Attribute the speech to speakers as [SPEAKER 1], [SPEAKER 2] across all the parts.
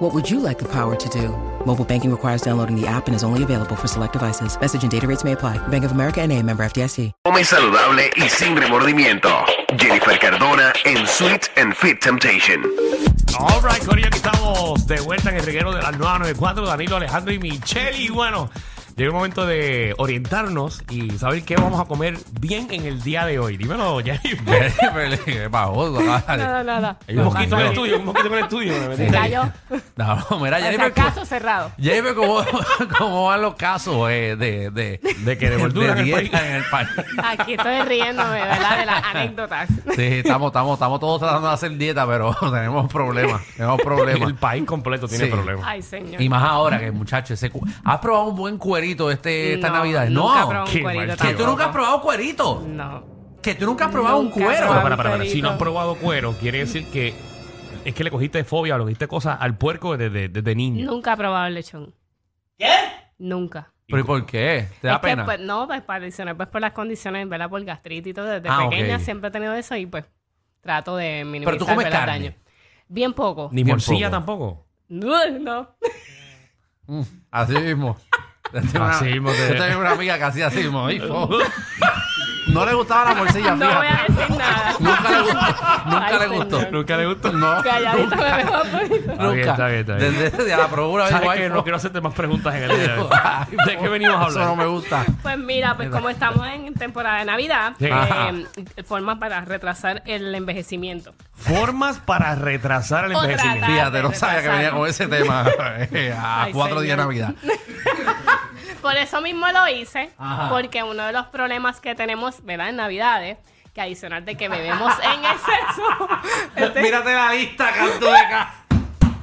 [SPEAKER 1] What would you like the power to do? Mobile banking requires downloading the app and is only available for select devices. Message and data rates may apply. Bank of America and a member FDIC.
[SPEAKER 2] Come saludable y sin remordimiento. Jennifer Cardona en Sweet and Fit Temptation.
[SPEAKER 3] All right, Corillo, aquí estamos de vuelta en el reguero de las 994, Danilo, Alejandro y Michelle. Y bueno, llega el momento de orientarnos y saber qué vamos a comer bien en el día de hoy. Dímelo, Jennifer.
[SPEAKER 4] Bajo,
[SPEAKER 5] Nada, nada.
[SPEAKER 3] Hay un mosquito en el
[SPEAKER 4] Danilo.
[SPEAKER 3] estudio, un mosquito en el estudio. me metí
[SPEAKER 5] Se
[SPEAKER 3] ahí.
[SPEAKER 5] cayó.
[SPEAKER 4] No, mira,
[SPEAKER 5] O sea,
[SPEAKER 4] Jennifer,
[SPEAKER 5] caso cerrado.
[SPEAKER 4] Jennifer, ¿cómo, cómo van los casos eh, de, de,
[SPEAKER 3] De que de gordura en el
[SPEAKER 4] dieta
[SPEAKER 3] país.
[SPEAKER 4] en el país?
[SPEAKER 5] Aquí estoy riéndome, ¿verdad? De las anécdotas.
[SPEAKER 4] Sí, estamos, estamos, estamos todos tratando de hacer dieta, pero tenemos problemas, tenemos problemas.
[SPEAKER 3] El país completo tiene
[SPEAKER 4] Sí.
[SPEAKER 3] problemas.
[SPEAKER 5] Ay, señor.
[SPEAKER 4] Y más ahora que, muchacho, ese cu- ¿has probado un buen cuerito este, esta
[SPEAKER 5] No,
[SPEAKER 4] Navidad?
[SPEAKER 5] nunca he probado
[SPEAKER 4] no,
[SPEAKER 5] un
[SPEAKER 3] qué
[SPEAKER 5] cuerito
[SPEAKER 3] mal, qué
[SPEAKER 4] que tú
[SPEAKER 5] tampoco.
[SPEAKER 4] nunca has probado cuerito,
[SPEAKER 5] No.
[SPEAKER 4] que tú nunca has probado
[SPEAKER 5] Nunca
[SPEAKER 4] un
[SPEAKER 5] he
[SPEAKER 4] cuero.
[SPEAKER 3] Para,
[SPEAKER 5] probado.
[SPEAKER 3] para, para, para.
[SPEAKER 5] Cuerito.
[SPEAKER 3] Si no han probado cuero, quiere decir que es que le cogiste fobia o le cogiste cosas al puerco desde, desde niño.
[SPEAKER 5] Nunca he probado el lechón. ¿Qué? Nunca.
[SPEAKER 4] ¿Pero y por qué? ¿Te da
[SPEAKER 5] Es que,
[SPEAKER 4] pena?
[SPEAKER 5] pues, no, pues para adicionar, pues por las condiciones, ¿verdad? Por gastritis y todo. Desde
[SPEAKER 4] Ah,
[SPEAKER 5] pequeña
[SPEAKER 4] ok.
[SPEAKER 5] siempre he tenido eso y pues trato de minimizar
[SPEAKER 4] Pero tú comes
[SPEAKER 5] ¿verdad?
[SPEAKER 4] carne.
[SPEAKER 5] daño. Bien poco.
[SPEAKER 3] Ni
[SPEAKER 4] Bien
[SPEAKER 3] morcilla
[SPEAKER 4] poco.
[SPEAKER 3] tampoco.
[SPEAKER 5] No, no.
[SPEAKER 4] Mm, Así mismo. Yo tenía una-
[SPEAKER 3] Así mismo te-
[SPEAKER 4] Yo tenía una amiga que hacía así mismo. ay, fo. No le gustaba la morcilla,
[SPEAKER 5] No voy a
[SPEAKER 4] fíjate.
[SPEAKER 5] decir nada.
[SPEAKER 4] Nunca le gustó. Nunca
[SPEAKER 5] Ay,
[SPEAKER 4] le gustó.
[SPEAKER 5] señor.
[SPEAKER 3] Nunca le gustó.
[SPEAKER 4] No,
[SPEAKER 5] Calladita me dejó por-
[SPEAKER 3] Está bien,
[SPEAKER 4] nunca.
[SPEAKER 3] está bien, está bien.
[SPEAKER 4] Desde ese día la procura
[SPEAKER 3] ¿Sabes
[SPEAKER 4] digo, ay,
[SPEAKER 3] qué?
[SPEAKER 4] fo.
[SPEAKER 3] No quiero hacerte más preguntas en el día de hoy.
[SPEAKER 4] Ay,
[SPEAKER 3] ¿De
[SPEAKER 4] fo,
[SPEAKER 3] qué venimos a hablar?
[SPEAKER 4] Eso no me gusta.
[SPEAKER 5] Pues mira, pues como estamos en temporada de Navidad,
[SPEAKER 3] Sí.
[SPEAKER 5] eh,
[SPEAKER 4] Ajá.
[SPEAKER 5] formas para retrasar el envejecimiento.
[SPEAKER 3] Formas para retrasar el
[SPEAKER 5] O
[SPEAKER 3] envejecimiento.
[SPEAKER 5] tratar
[SPEAKER 4] Fíjate,
[SPEAKER 5] de
[SPEAKER 4] no sabía que venía
[SPEAKER 5] retrasar.
[SPEAKER 4] con ese tema eh, a
[SPEAKER 5] Ay,
[SPEAKER 4] cuatro días de
[SPEAKER 5] señor.
[SPEAKER 4] Navidad.
[SPEAKER 5] Por eso mismo lo hice,
[SPEAKER 4] Ajá.
[SPEAKER 5] porque uno de los problemas que tenemos, ¿verdad? En Navidades, que adicional de que bebemos en exceso. este-
[SPEAKER 4] Mírate la lista, canto de acá.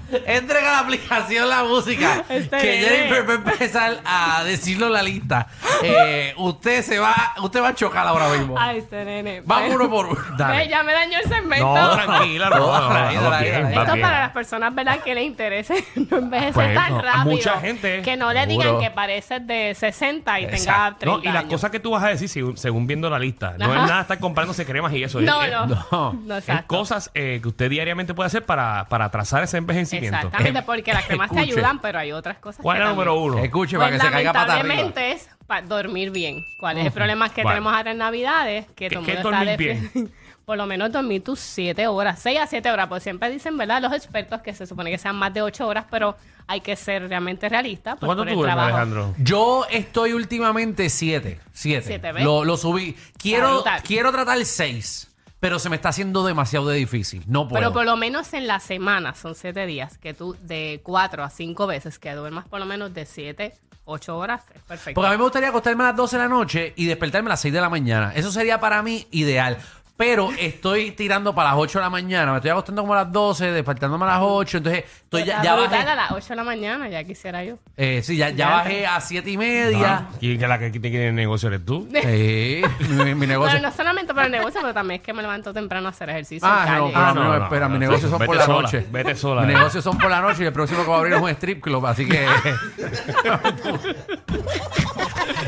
[SPEAKER 4] Entrega la aplicación la música.
[SPEAKER 5] Este
[SPEAKER 4] que
[SPEAKER 5] nene.
[SPEAKER 4] Jennifer va a empezar a decirlo en la lista. Eh, usted se va, usted va a chocar ahora mismo.
[SPEAKER 5] Ay, este nene.
[SPEAKER 4] Vamos
[SPEAKER 5] Ve-
[SPEAKER 4] uno por uno.
[SPEAKER 3] Dale.
[SPEAKER 5] ve, ya me dañó el segmento.
[SPEAKER 3] No, tranquila, no, no, no,
[SPEAKER 4] Dale,
[SPEAKER 3] no,
[SPEAKER 4] dale,
[SPEAKER 3] va
[SPEAKER 4] dale.
[SPEAKER 3] bien,
[SPEAKER 5] Esto
[SPEAKER 3] va
[SPEAKER 5] es para
[SPEAKER 3] bien.
[SPEAKER 5] las personas, ¿verdad? Que les interese no envejecer
[SPEAKER 3] Pues,
[SPEAKER 5] tan
[SPEAKER 3] no, a
[SPEAKER 5] rápido.
[SPEAKER 3] mucha gente,
[SPEAKER 5] Que no le digan
[SPEAKER 4] seguro.
[SPEAKER 5] que pareces de 60 y tenga
[SPEAKER 3] Exacto.
[SPEAKER 5] 30
[SPEAKER 3] No, y las
[SPEAKER 5] años.
[SPEAKER 3] cosas que tú vas a decir, según, según viendo la lista, no es
[SPEAKER 5] Ajá.
[SPEAKER 3] nada estar comprándose cremas y eso.
[SPEAKER 5] No,
[SPEAKER 3] es,
[SPEAKER 5] no.
[SPEAKER 4] no.
[SPEAKER 5] No,
[SPEAKER 3] Es
[SPEAKER 5] exacto.
[SPEAKER 3] cosas eh, que usted diariamente puede hacer para, para atrasar ese envejecimiento. Eh,
[SPEAKER 5] Exactamente, porque las cremas te
[SPEAKER 4] Escuche.
[SPEAKER 5] ayudan, pero hay otras cosas.
[SPEAKER 3] ¿Cuál
[SPEAKER 5] que
[SPEAKER 3] es la número
[SPEAKER 5] también.
[SPEAKER 3] uno?
[SPEAKER 4] Escuche
[SPEAKER 5] Pues,
[SPEAKER 4] para que se caiga para arriba.
[SPEAKER 5] lamentablemente es para dormir bien. ¿Cuál es el problema que
[SPEAKER 3] Vale.
[SPEAKER 5] tenemos ahora en Navidades?
[SPEAKER 3] ¿Qué-
[SPEAKER 5] Que todo el
[SPEAKER 3] qué
[SPEAKER 5] mundo está
[SPEAKER 3] dormir
[SPEAKER 5] de- Por lo menos dormir tus 7 horas, 6 a 7 horas. Pues siempre dicen, ¿verdad? Los expertos que se supone que sean más de 8 horas, pero hay que ser realmente realista. pues,
[SPEAKER 3] ¿Cuánto
[SPEAKER 5] por
[SPEAKER 3] tú
[SPEAKER 5] el
[SPEAKER 3] duermes,
[SPEAKER 5] trabajo.
[SPEAKER 3] Alejandro?
[SPEAKER 4] Yo estoy últimamente siete. Siete.
[SPEAKER 5] Siete, ¿ves?
[SPEAKER 4] lo, lo subí. Quiero,
[SPEAKER 5] Saludar.
[SPEAKER 4] quiero tratar seis, pero se me está haciendo demasiado de difícil. No puedo.
[SPEAKER 5] Pero por lo menos en la semana, son 7 días, que tú de 4 a 5 veces que duermas por lo menos de 7, 8 horas, es perfecto.
[SPEAKER 4] Porque a mí me gustaría acostarme a las 12 de la noche y despertarme a las 6 de la mañana. Eso sería para mí ideal. Pero estoy tirando para las 8 de la mañana. Me estoy acostando como a las 12, despertándome a las 8. Entonces, estoy ya,
[SPEAKER 5] Pues, Está
[SPEAKER 4] ya
[SPEAKER 5] brutal,
[SPEAKER 4] bajé.
[SPEAKER 5] a las 8 de la mañana, ya quisiera yo.
[SPEAKER 4] eh, sí, ya, ya
[SPEAKER 5] Ya.
[SPEAKER 4] bajé a 7 y media.
[SPEAKER 3] Ah, ¿Quién que la que te quiere el negocio eres tú?
[SPEAKER 4] Sí, mi, mi negocio.
[SPEAKER 5] Pero no solamente para el negocio, pero también es que me levanto temprano a hacer ejercicio.
[SPEAKER 4] Ah, no,
[SPEAKER 5] en calle.
[SPEAKER 4] pero a
[SPEAKER 3] Ah,
[SPEAKER 4] mí no,
[SPEAKER 3] no,
[SPEAKER 4] me
[SPEAKER 3] no,
[SPEAKER 4] espera,
[SPEAKER 3] no,
[SPEAKER 4] mis
[SPEAKER 3] no,
[SPEAKER 4] negocios
[SPEAKER 3] sí,
[SPEAKER 4] son
[SPEAKER 3] vete
[SPEAKER 4] por la
[SPEAKER 3] sola,
[SPEAKER 4] noche.
[SPEAKER 3] vete sola,
[SPEAKER 4] Mis
[SPEAKER 3] eh.
[SPEAKER 4] negocios son por la noche y el próximo que va a abrir es un strip club, así que.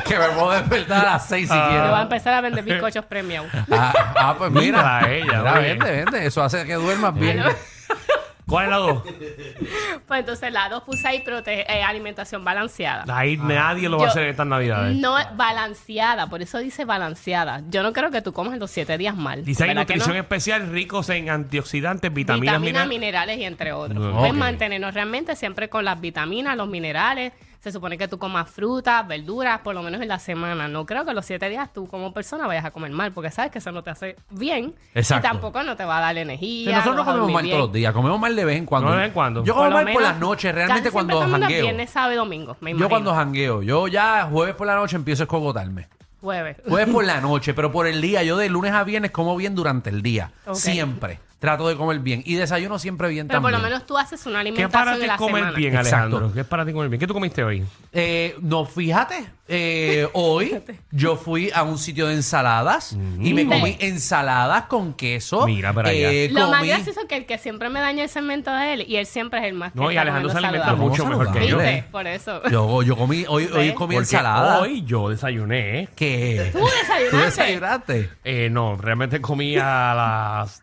[SPEAKER 4] que me puedo despertar a las seis
[SPEAKER 3] Ah.
[SPEAKER 4] si
[SPEAKER 5] Yo
[SPEAKER 4] quiero.
[SPEAKER 5] voy a empezar a vender bizcochos premium.
[SPEAKER 4] Ah, ah, pues mira.
[SPEAKER 3] Mira, ella,
[SPEAKER 4] mira,
[SPEAKER 3] oye.
[SPEAKER 4] vende, vende. Eso hace que duermas bien.
[SPEAKER 3] ¿Cuál es la dos?
[SPEAKER 5] Pues entonces la dos puse ahí prote- eh, alimentación balanceada.
[SPEAKER 3] Ahí nadie lo va a
[SPEAKER 5] Yo-
[SPEAKER 3] hacer en estas navidades.
[SPEAKER 5] No balanceada, por eso dice balanceada. Yo no creo que tú comas los siete días mal.
[SPEAKER 3] Dice hay
[SPEAKER 5] ¿verdad que no?
[SPEAKER 3] nutrición especial ricos en antioxidantes, vitaminas,
[SPEAKER 5] vitaminas,
[SPEAKER 3] minerales.
[SPEAKER 5] minerales y entre otros.
[SPEAKER 3] Mm,
[SPEAKER 5] Pues
[SPEAKER 4] ok.
[SPEAKER 5] mantenernos realmente siempre con las vitaminas, los minerales. Se supone que tú comas frutas, verduras, por lo menos en la semana. No creo que los siete días tú como persona vayas a comer mal, porque sabes que eso no te hace bien.
[SPEAKER 4] Exacto.
[SPEAKER 5] Y tampoco no te va a dar energía.
[SPEAKER 4] Que nosotros no
[SPEAKER 5] no vas a
[SPEAKER 4] comemos
[SPEAKER 5] dormir
[SPEAKER 4] mal
[SPEAKER 5] bien.
[SPEAKER 4] todos los días, comemos mal de vez en cuando.
[SPEAKER 3] De vez en cuando.
[SPEAKER 4] Yo como
[SPEAKER 5] lo
[SPEAKER 4] mal por
[SPEAKER 5] menos,
[SPEAKER 4] las noches,
[SPEAKER 5] casi
[SPEAKER 4] realmente
[SPEAKER 5] siempre
[SPEAKER 4] cuando
[SPEAKER 5] todo el mundo es
[SPEAKER 4] jangueo.
[SPEAKER 5] viernes, sábado, y domingo, me imagino.
[SPEAKER 4] Yo cuando jangueo, yo ya jueves por la noche empiezo a escogotarme.
[SPEAKER 5] Jueves.
[SPEAKER 4] pues, Jueves por la noche, pero por el día, yo de lunes a viernes como bien durante el día.
[SPEAKER 5] Ok.
[SPEAKER 4] Siempre. trato de comer bien. Y desayuno siempre bien
[SPEAKER 5] Pero por
[SPEAKER 4] también.
[SPEAKER 5] lo menos tú haces una
[SPEAKER 3] ¿Qué es para
[SPEAKER 5] alimentación
[SPEAKER 3] ti
[SPEAKER 5] de la
[SPEAKER 3] comer
[SPEAKER 5] semana.
[SPEAKER 3] bien,
[SPEAKER 4] Exacto.
[SPEAKER 3] Alejandro? ¿Qué es para ti comer bien? ¿Qué tú comiste hoy?
[SPEAKER 4] Eh, no, fíjate, eh, hoy yo fui a un sitio de ensaladas y me comí ensaladas con queso.
[SPEAKER 3] Mira para allá.
[SPEAKER 4] eh,
[SPEAKER 5] Lo más
[SPEAKER 4] comí-
[SPEAKER 5] gracioso es que el que siempre me daña el segmento de él y él siempre es el más que
[SPEAKER 3] No, y
[SPEAKER 5] está
[SPEAKER 3] Alejandro se
[SPEAKER 5] comiendo
[SPEAKER 3] alimenta
[SPEAKER 5] saludable.
[SPEAKER 3] mucho mejor que yo.
[SPEAKER 4] Saludable.
[SPEAKER 5] ¿Viste? Por eso.
[SPEAKER 4] Yo, yo comí, hoy, hoy
[SPEAKER 5] ¿Ves?
[SPEAKER 4] comí
[SPEAKER 3] Porque
[SPEAKER 4] ensalada.
[SPEAKER 3] Hoy yo desayuné. ¿eh?
[SPEAKER 4] ¿Qué?
[SPEAKER 5] Tú desayunaste.
[SPEAKER 4] desayunaste?
[SPEAKER 3] Eh, no, realmente comí a las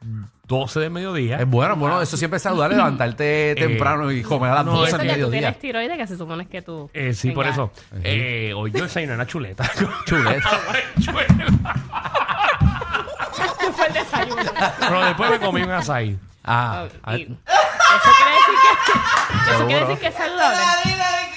[SPEAKER 3] 12 del mediodía.
[SPEAKER 4] Es bueno, bueno, eso siempre es saludable levantarte temprano y comer a las
[SPEAKER 3] Eh, no,
[SPEAKER 5] y
[SPEAKER 4] 12
[SPEAKER 5] eso
[SPEAKER 4] al
[SPEAKER 5] que tú
[SPEAKER 4] mediodía.
[SPEAKER 5] tienes tiroides que se supone que tú.
[SPEAKER 3] Eh, sí, por
[SPEAKER 5] tengas.
[SPEAKER 3] eso. Eh, hoy yo desayuné una chuleta.
[SPEAKER 4] Chuleta.
[SPEAKER 3] Chuleta.
[SPEAKER 5] ¿Qué fue el desayuno?
[SPEAKER 3] Pero después me comí un açaí.
[SPEAKER 4] Ah,
[SPEAKER 5] Y- Eso quiere decir que. Eso quiere
[SPEAKER 4] Seguro.
[SPEAKER 5] decir que es saludable.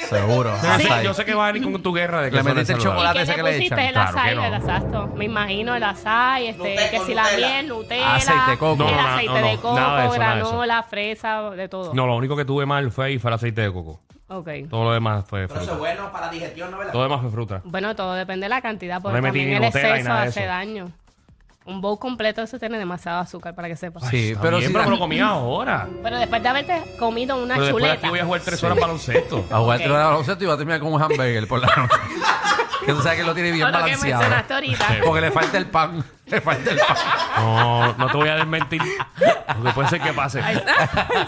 [SPEAKER 4] seguro.
[SPEAKER 3] Sí,
[SPEAKER 4] Hasta ahí.
[SPEAKER 3] yo sé que vas a venir con tu guerra de que
[SPEAKER 4] Le
[SPEAKER 3] eso no es
[SPEAKER 4] metiste el
[SPEAKER 3] saludable.
[SPEAKER 4] chocolate.
[SPEAKER 5] ¿Y
[SPEAKER 4] esa
[SPEAKER 5] qué
[SPEAKER 4] que
[SPEAKER 5] le
[SPEAKER 4] le
[SPEAKER 5] pusiste?
[SPEAKER 4] echan.
[SPEAKER 5] el
[SPEAKER 3] Claro
[SPEAKER 5] açaí,
[SPEAKER 3] que no.
[SPEAKER 5] el azasto. Me imagino el açaí, este,
[SPEAKER 6] Nutella,
[SPEAKER 5] que si la
[SPEAKER 6] Nutella.
[SPEAKER 5] miel, Nutella.
[SPEAKER 4] Aceite de coco.
[SPEAKER 3] No,
[SPEAKER 5] El
[SPEAKER 3] no, no,
[SPEAKER 5] aceite
[SPEAKER 3] no,
[SPEAKER 5] de coco,
[SPEAKER 3] nada de eso, nada de eso.
[SPEAKER 5] granola, fresa, de todo.
[SPEAKER 3] No, lo único que tuve mal fue ahí fue el aceite de coco.
[SPEAKER 5] Ok.
[SPEAKER 3] Todo lo demás fue
[SPEAKER 6] Pero eso
[SPEAKER 3] fruta.
[SPEAKER 6] es bueno para la digestión, ¿no? ¿Verdad?
[SPEAKER 3] Todo lo demás fue fruta.
[SPEAKER 5] Bueno, todo depende de la cantidad,
[SPEAKER 3] No
[SPEAKER 5] porque
[SPEAKER 3] le metí
[SPEAKER 5] también
[SPEAKER 3] ni
[SPEAKER 5] el
[SPEAKER 3] Nutella ni
[SPEAKER 5] exceso
[SPEAKER 3] nada de
[SPEAKER 5] hace
[SPEAKER 3] eso.
[SPEAKER 5] daño. Un bowl completo, eso tiene demasiado azúcar, para que sepas.
[SPEAKER 4] Sí,
[SPEAKER 3] Está
[SPEAKER 4] pero
[SPEAKER 3] bien,
[SPEAKER 4] si
[SPEAKER 3] pero
[SPEAKER 4] la-
[SPEAKER 3] me lo comí ahora.
[SPEAKER 5] Pero después de haberte comido una
[SPEAKER 3] Pero después de aquí
[SPEAKER 5] chuleta.
[SPEAKER 3] voy a jugar tres horas baloncesto.
[SPEAKER 4] A jugar tres horas de baloncesto y va a terminar con un hamburger por la noche. que tú sabes que lo tiene bien
[SPEAKER 5] Con lo que
[SPEAKER 4] balanceado.
[SPEAKER 5] mencionaste ahorita.
[SPEAKER 3] Sí.
[SPEAKER 4] Porque le falta el pan. Le falta el pan.
[SPEAKER 3] No, no te voy a desmentir. Porque puede ser que pase.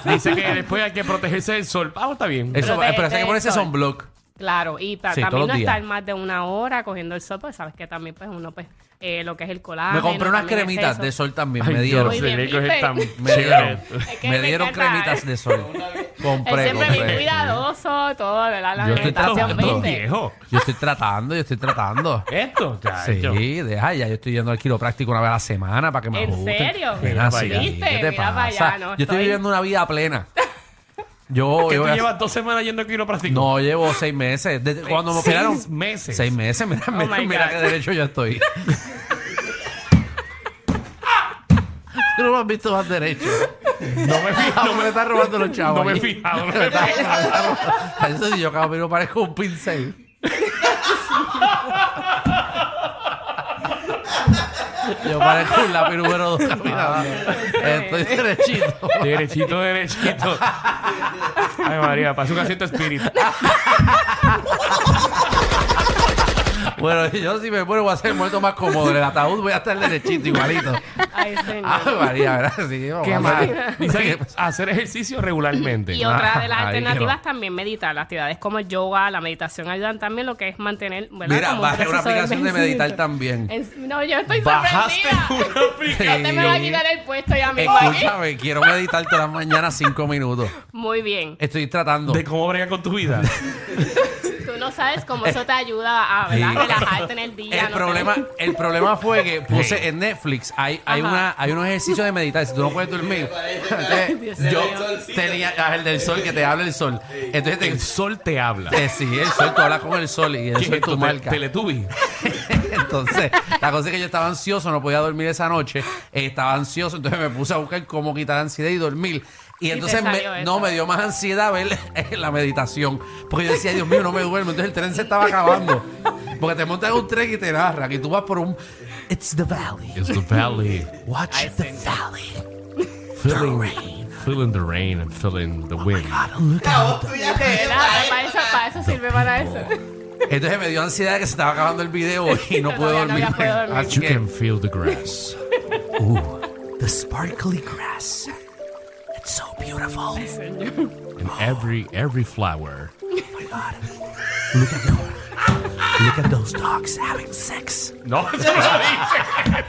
[SPEAKER 3] Dice que después hay que protegerse del sol. Ah, está bien.
[SPEAKER 4] Eso,
[SPEAKER 5] Pero te-
[SPEAKER 4] pero hay que
[SPEAKER 5] te-
[SPEAKER 4] ponerse
[SPEAKER 5] sol.
[SPEAKER 4] sunblock.
[SPEAKER 5] Claro, y pa-
[SPEAKER 4] Sí, todos
[SPEAKER 5] también no
[SPEAKER 4] los días.
[SPEAKER 5] estar más de una hora cogiendo el sol, pues sabes que también pues uno pues eh, lo que es el colágeno.
[SPEAKER 4] Me compré unas
[SPEAKER 5] también es
[SPEAKER 4] cremitas
[SPEAKER 5] eso.
[SPEAKER 4] de sol también.
[SPEAKER 3] Ay,
[SPEAKER 4] me dieron.
[SPEAKER 3] Dios,
[SPEAKER 5] Muy bien,
[SPEAKER 3] el eco es
[SPEAKER 5] ¿viste?
[SPEAKER 3] tan
[SPEAKER 4] Me
[SPEAKER 3] chévere.
[SPEAKER 4] dieron,
[SPEAKER 5] Es que
[SPEAKER 4] me
[SPEAKER 5] me
[SPEAKER 4] dieron
[SPEAKER 5] encanta.
[SPEAKER 4] cremitas de sol.
[SPEAKER 5] Él
[SPEAKER 4] Compré,
[SPEAKER 5] siempre bien
[SPEAKER 4] compré.
[SPEAKER 5] cuidadoso, todo, ¿verdad? La
[SPEAKER 4] Yo estoy
[SPEAKER 5] alimentación,
[SPEAKER 4] tratando.
[SPEAKER 5] ¿viste?
[SPEAKER 3] viejo.
[SPEAKER 4] Yo estoy tratando, yo estoy tratando.
[SPEAKER 3] Esto, ya.
[SPEAKER 4] Sí,
[SPEAKER 3] yo-
[SPEAKER 4] deja ya. Yo estoy yendo al quiropráctico una vez a la semana para que me
[SPEAKER 5] ¿En
[SPEAKER 4] ajusten.
[SPEAKER 5] serio?
[SPEAKER 4] Mira,
[SPEAKER 3] Mira
[SPEAKER 4] sí,
[SPEAKER 3] para allá.
[SPEAKER 4] ¿qué
[SPEAKER 5] ¿Viste?
[SPEAKER 4] te
[SPEAKER 5] Mira para
[SPEAKER 4] pasa?
[SPEAKER 5] allá, no,
[SPEAKER 4] yo estoy
[SPEAKER 5] estoy-
[SPEAKER 4] viviendo una vida plena. Yo,
[SPEAKER 3] Que
[SPEAKER 4] yo
[SPEAKER 3] tú
[SPEAKER 4] voy a-
[SPEAKER 3] llevas dos semanas yendo a quiropráctico.
[SPEAKER 4] no llevo seis meses. Desde cuando me
[SPEAKER 3] Seis
[SPEAKER 4] operaron.
[SPEAKER 3] meses. Oh
[SPEAKER 4] Seis meses, mira, mira,
[SPEAKER 5] my
[SPEAKER 4] mira
[SPEAKER 5] God.
[SPEAKER 4] qué derecho yo estoy. Tú no me has visto más derecho.
[SPEAKER 3] No me fijo.
[SPEAKER 4] No me están robando los chavos.
[SPEAKER 3] No me he
[SPEAKER 4] ahí.
[SPEAKER 3] fijado. No me he fijado.
[SPEAKER 4] Eso sí, yo camino parezco un pincel. Yo parezco un lápiz número
[SPEAKER 3] Ah,
[SPEAKER 4] dos caminando. Estoy derechito.
[SPEAKER 3] Derechito, derechito. Ay, María, pasa un asiento espíritu.
[SPEAKER 4] Bueno, yo si me muero voy a ser muerto más cómodo. En el ataúd voy a estar derechito, igualito.
[SPEAKER 5] Ay, señor.
[SPEAKER 4] Ay, Ah, María, ¿verdad? Sí, vamos
[SPEAKER 3] Qué
[SPEAKER 4] a hacer-
[SPEAKER 3] mal. Dice que hacer ejercicio regularmente.
[SPEAKER 5] Y otra de las
[SPEAKER 4] Ay,
[SPEAKER 5] alternativas
[SPEAKER 4] pero-
[SPEAKER 5] también meditar. Las actividades como el yoga, la meditación ayudan también lo que es mantener, ¿verdad?
[SPEAKER 4] Mira,
[SPEAKER 5] Como un
[SPEAKER 4] bajé una
[SPEAKER 5] proceso
[SPEAKER 4] aplicación de meditar
[SPEAKER 5] envejecimiento.
[SPEAKER 4] también.
[SPEAKER 5] Es- no, yo estoy
[SPEAKER 3] Bajaste
[SPEAKER 5] sorprendida.
[SPEAKER 3] una aplicación.
[SPEAKER 5] No te me va a quitar el puesto ya mismo ¿eh? aquí.
[SPEAKER 4] Escúchame, quiero meditar todas las mañanas cinco minutos.
[SPEAKER 5] Muy bien.
[SPEAKER 4] Estoy tratando.
[SPEAKER 3] De cómo bregar con tu vida.
[SPEAKER 5] Tú no sabes cómo eso te ayuda a ¿verdad?
[SPEAKER 4] Sí.
[SPEAKER 5] relajarte en el día.
[SPEAKER 4] El
[SPEAKER 5] no
[SPEAKER 4] problema,
[SPEAKER 5] tener-
[SPEAKER 4] el problema fue que puse
[SPEAKER 3] Sí.
[SPEAKER 4] en Netflix hay, hay
[SPEAKER 5] Ajá.
[SPEAKER 4] una hay unos ejercicios de meditar. Si tú no puedes dormir, entonces, yo tenía ah, el del sol que te habla el sol. Entonces
[SPEAKER 3] El
[SPEAKER 4] te,
[SPEAKER 3] sol te habla.
[SPEAKER 4] eh, sí, el sol, tú hablas con el sol y el
[SPEAKER 3] ¿Quién
[SPEAKER 4] sol
[SPEAKER 3] es
[SPEAKER 4] tu
[SPEAKER 3] tu
[SPEAKER 4] marca.
[SPEAKER 3] Teletubi?
[SPEAKER 4] Entonces, la cosa es que yo estaba ansioso, no podía dormir esa noche, eh, estaba ansioso, entonces me puse a buscar cómo quitar ansiedad y dormir. Y
[SPEAKER 5] te
[SPEAKER 4] entonces me-
[SPEAKER 5] salió eso.
[SPEAKER 4] no me dio más ansiedad ver la meditación, porque yo decía, Dios mío, no me duermo, entonces el tren se estaba acabando. Porque te montas en un tren y te narra, y tú vas por un... It's the valley.
[SPEAKER 3] It's the valley.
[SPEAKER 4] Watch the valley.
[SPEAKER 3] Feeling, feeling the rain and feeling
[SPEAKER 4] Oh
[SPEAKER 3] the wind.
[SPEAKER 6] La voz tuya que es
[SPEAKER 5] ¿Verdad?
[SPEAKER 6] para
[SPEAKER 5] Para eso, para eso sirve para eso.
[SPEAKER 4] Entonces me dio ansiedad de que se estaba acabando el video y no pude
[SPEAKER 5] Todavía no
[SPEAKER 4] dormir.
[SPEAKER 5] había podido dormir.
[SPEAKER 4] Así
[SPEAKER 3] You
[SPEAKER 4] que-
[SPEAKER 3] can feel the grass.
[SPEAKER 4] Ooh, the sparkly grass. It's so beautiful. Oh
[SPEAKER 3] And every, every flower.
[SPEAKER 4] Look at those dogs having sex.
[SPEAKER 3] No, eso no lo dice.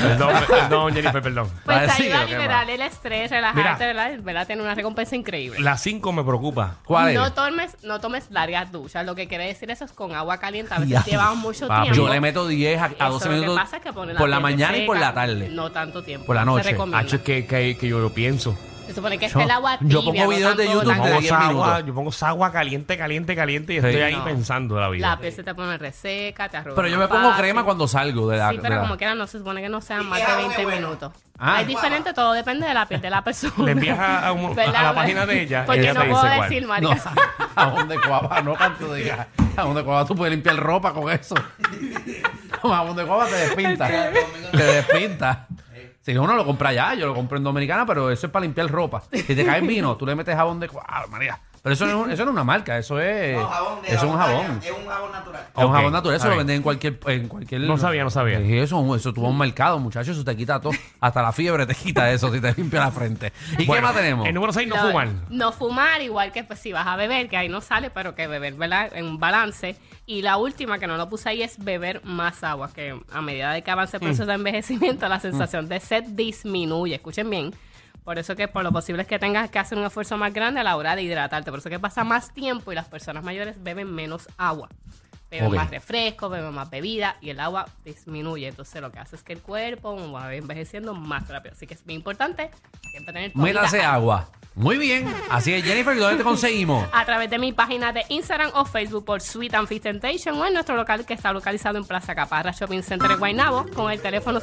[SPEAKER 3] Perdón, perdón, Jennifer, perdón.
[SPEAKER 4] Ah,
[SPEAKER 5] Pues te
[SPEAKER 4] Parecido,
[SPEAKER 5] ayuda a
[SPEAKER 4] ¿qué más?
[SPEAKER 5] liberar el estrés, relajarte, ¿verdad? ¿verdad? Tener una recompensa increíble.
[SPEAKER 3] Las cinco me preocupa.
[SPEAKER 4] ¿Cuál es?
[SPEAKER 5] No tomes, no tomes largas duchas. Lo que quiere decir eso es con agua caliente. A veces
[SPEAKER 4] Ya.
[SPEAKER 5] llevamos mucho
[SPEAKER 3] Papi.
[SPEAKER 5] tiempo.
[SPEAKER 4] Yo le meto 10 a, a
[SPEAKER 5] Eso,
[SPEAKER 4] 12
[SPEAKER 5] lo que
[SPEAKER 4] minutos
[SPEAKER 5] pasa es que pone
[SPEAKER 4] por la
[SPEAKER 5] piel
[SPEAKER 4] mañana y por
[SPEAKER 5] seca,
[SPEAKER 4] la tarde.
[SPEAKER 5] No tanto tiempo.
[SPEAKER 4] Por la
[SPEAKER 5] no se
[SPEAKER 4] noche.
[SPEAKER 5] recomienda.
[SPEAKER 3] Hacho, es que, que, que yo lo pienso.
[SPEAKER 5] Se supone que es
[SPEAKER 4] Yo-
[SPEAKER 5] el agua
[SPEAKER 4] yo
[SPEAKER 5] tibia.
[SPEAKER 4] pongo
[SPEAKER 5] no
[SPEAKER 4] videos de
[SPEAKER 5] tanto-
[SPEAKER 4] YouTube
[SPEAKER 5] tanto-
[SPEAKER 4] de
[SPEAKER 3] Pongo
[SPEAKER 4] 10
[SPEAKER 3] agua,
[SPEAKER 4] minutos.
[SPEAKER 3] yo pongo agua caliente, caliente, caliente y estoy
[SPEAKER 4] Sí.
[SPEAKER 3] ahí
[SPEAKER 5] No.
[SPEAKER 3] pensando la vida.
[SPEAKER 5] La piel se te pone reseca, te arruga.
[SPEAKER 4] Pero yo me
[SPEAKER 5] más
[SPEAKER 4] pongo
[SPEAKER 5] fácil.
[SPEAKER 4] crema cuando salgo de la.
[SPEAKER 5] Sí,
[SPEAKER 4] de
[SPEAKER 5] pero
[SPEAKER 4] la-
[SPEAKER 5] como quiera, no se supone que no sean más
[SPEAKER 6] qué
[SPEAKER 5] de
[SPEAKER 6] agua
[SPEAKER 5] 20
[SPEAKER 6] es buena?
[SPEAKER 5] minutos.
[SPEAKER 4] Ah.
[SPEAKER 5] es diferente, todo depende de la piel de la persona.
[SPEAKER 3] Le envías a, a un- a
[SPEAKER 5] ¿Verdad?
[SPEAKER 3] la página de ella. y
[SPEAKER 5] Porque
[SPEAKER 3] ella
[SPEAKER 5] no
[SPEAKER 3] te
[SPEAKER 5] puedo
[SPEAKER 3] dice cuál.
[SPEAKER 5] decir,
[SPEAKER 4] No,
[SPEAKER 5] marica.
[SPEAKER 4] a donde cuava, no tanto de A donde cuava tú puedes limpiar ropa con eso. jamón de guava te despinta. te despinta. Si uno lo compra allá, yo lo compro en Dominicana, pero eso es para limpiar ropa. Si te cae en vino, tú le metes jabón de guava, María. Pero eso no, es un- eso no es una marca, eso es,
[SPEAKER 6] No, jabón de
[SPEAKER 4] eso es
[SPEAKER 6] la
[SPEAKER 4] un
[SPEAKER 6] montaña,
[SPEAKER 4] jabón.
[SPEAKER 6] Es un jabón natural.
[SPEAKER 4] Es un
[SPEAKER 3] Ok,
[SPEAKER 4] jabón
[SPEAKER 3] está
[SPEAKER 4] natural, eso lo
[SPEAKER 3] bien.
[SPEAKER 4] venden en cualquier, en cualquier.
[SPEAKER 3] No sabía, no sabía.
[SPEAKER 4] Sí, Eso, eso tú vas a un mercado, muchachos, eso te quita todo. Hasta la fiebre te quita eso si te limpia la frente. ¿Y
[SPEAKER 3] Bueno,
[SPEAKER 4] qué más tenemos?
[SPEAKER 3] El número 6 no
[SPEAKER 5] Lo-
[SPEAKER 3] fuman.
[SPEAKER 5] No fumar, igual que pues, si vas a beber, que ahí no sale, pero que beber, ¿verdad? En un balance. Y la última que no lo puse ahí es beber más agua, que a medida de que avance el proceso de envejecimiento, la sensación de sed disminuye. Escuchen bien. Por eso que por lo posible es que tengas que hacer un esfuerzo más grande a la hora de hidratarte. Por eso que pasa más tiempo y las personas mayores beben menos agua. Beben
[SPEAKER 4] Ok.
[SPEAKER 5] más refresco, beben más bebida y el agua disminuye. Entonces lo que hace es que el cuerpo va envejeciendo más rápido. Así que es bien importante siempre tener tu
[SPEAKER 4] Métase agua. Muy bien. Así es, Jennifer, ¿dónde te conseguimos?
[SPEAKER 5] a través de mi página de Instagram o Facebook por Sweet and Fit Temptation o en nuestro local que está localizado en Plaza Caparra Shopping Center en Guaynabo con el teléfono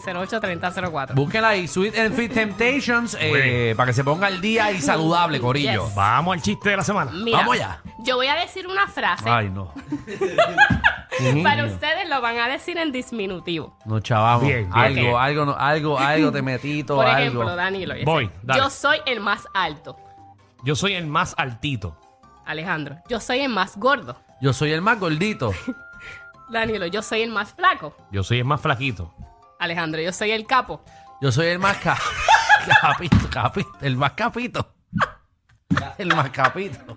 [SPEAKER 5] 787-608-3004.
[SPEAKER 4] Búsquenla ahí, Sweet and Fit Temptations, eh,
[SPEAKER 3] Muy bien.
[SPEAKER 4] para que se ponga al día y saludable, Corillo.
[SPEAKER 5] Yes.
[SPEAKER 3] Vamos al chiste de la semana.
[SPEAKER 5] Mira,
[SPEAKER 4] Vamos allá.
[SPEAKER 5] Yo voy a decir una frase,
[SPEAKER 4] Ay, no.
[SPEAKER 5] para ustedes lo van a decir en disminutivo.
[SPEAKER 4] No, chavamos.
[SPEAKER 3] Bien, bien.
[SPEAKER 4] algo,
[SPEAKER 3] Ok.
[SPEAKER 4] algo, no- algo, algo te metito,
[SPEAKER 5] Por
[SPEAKER 4] algo.
[SPEAKER 5] ejemplo, Danilo. yo sé,
[SPEAKER 3] Voy, dale.
[SPEAKER 5] Yo soy el más alto.
[SPEAKER 3] Yo soy el más altito.
[SPEAKER 5] Alejandro. Yo soy el más gordo.
[SPEAKER 4] Yo soy el más gordito.
[SPEAKER 5] Danilo, yo soy el más flaco.
[SPEAKER 3] Yo soy el más flaquito.
[SPEAKER 5] Alejandro, yo soy el capo.
[SPEAKER 4] Yo soy el más ca- capito, capito, el más capito. El más capito.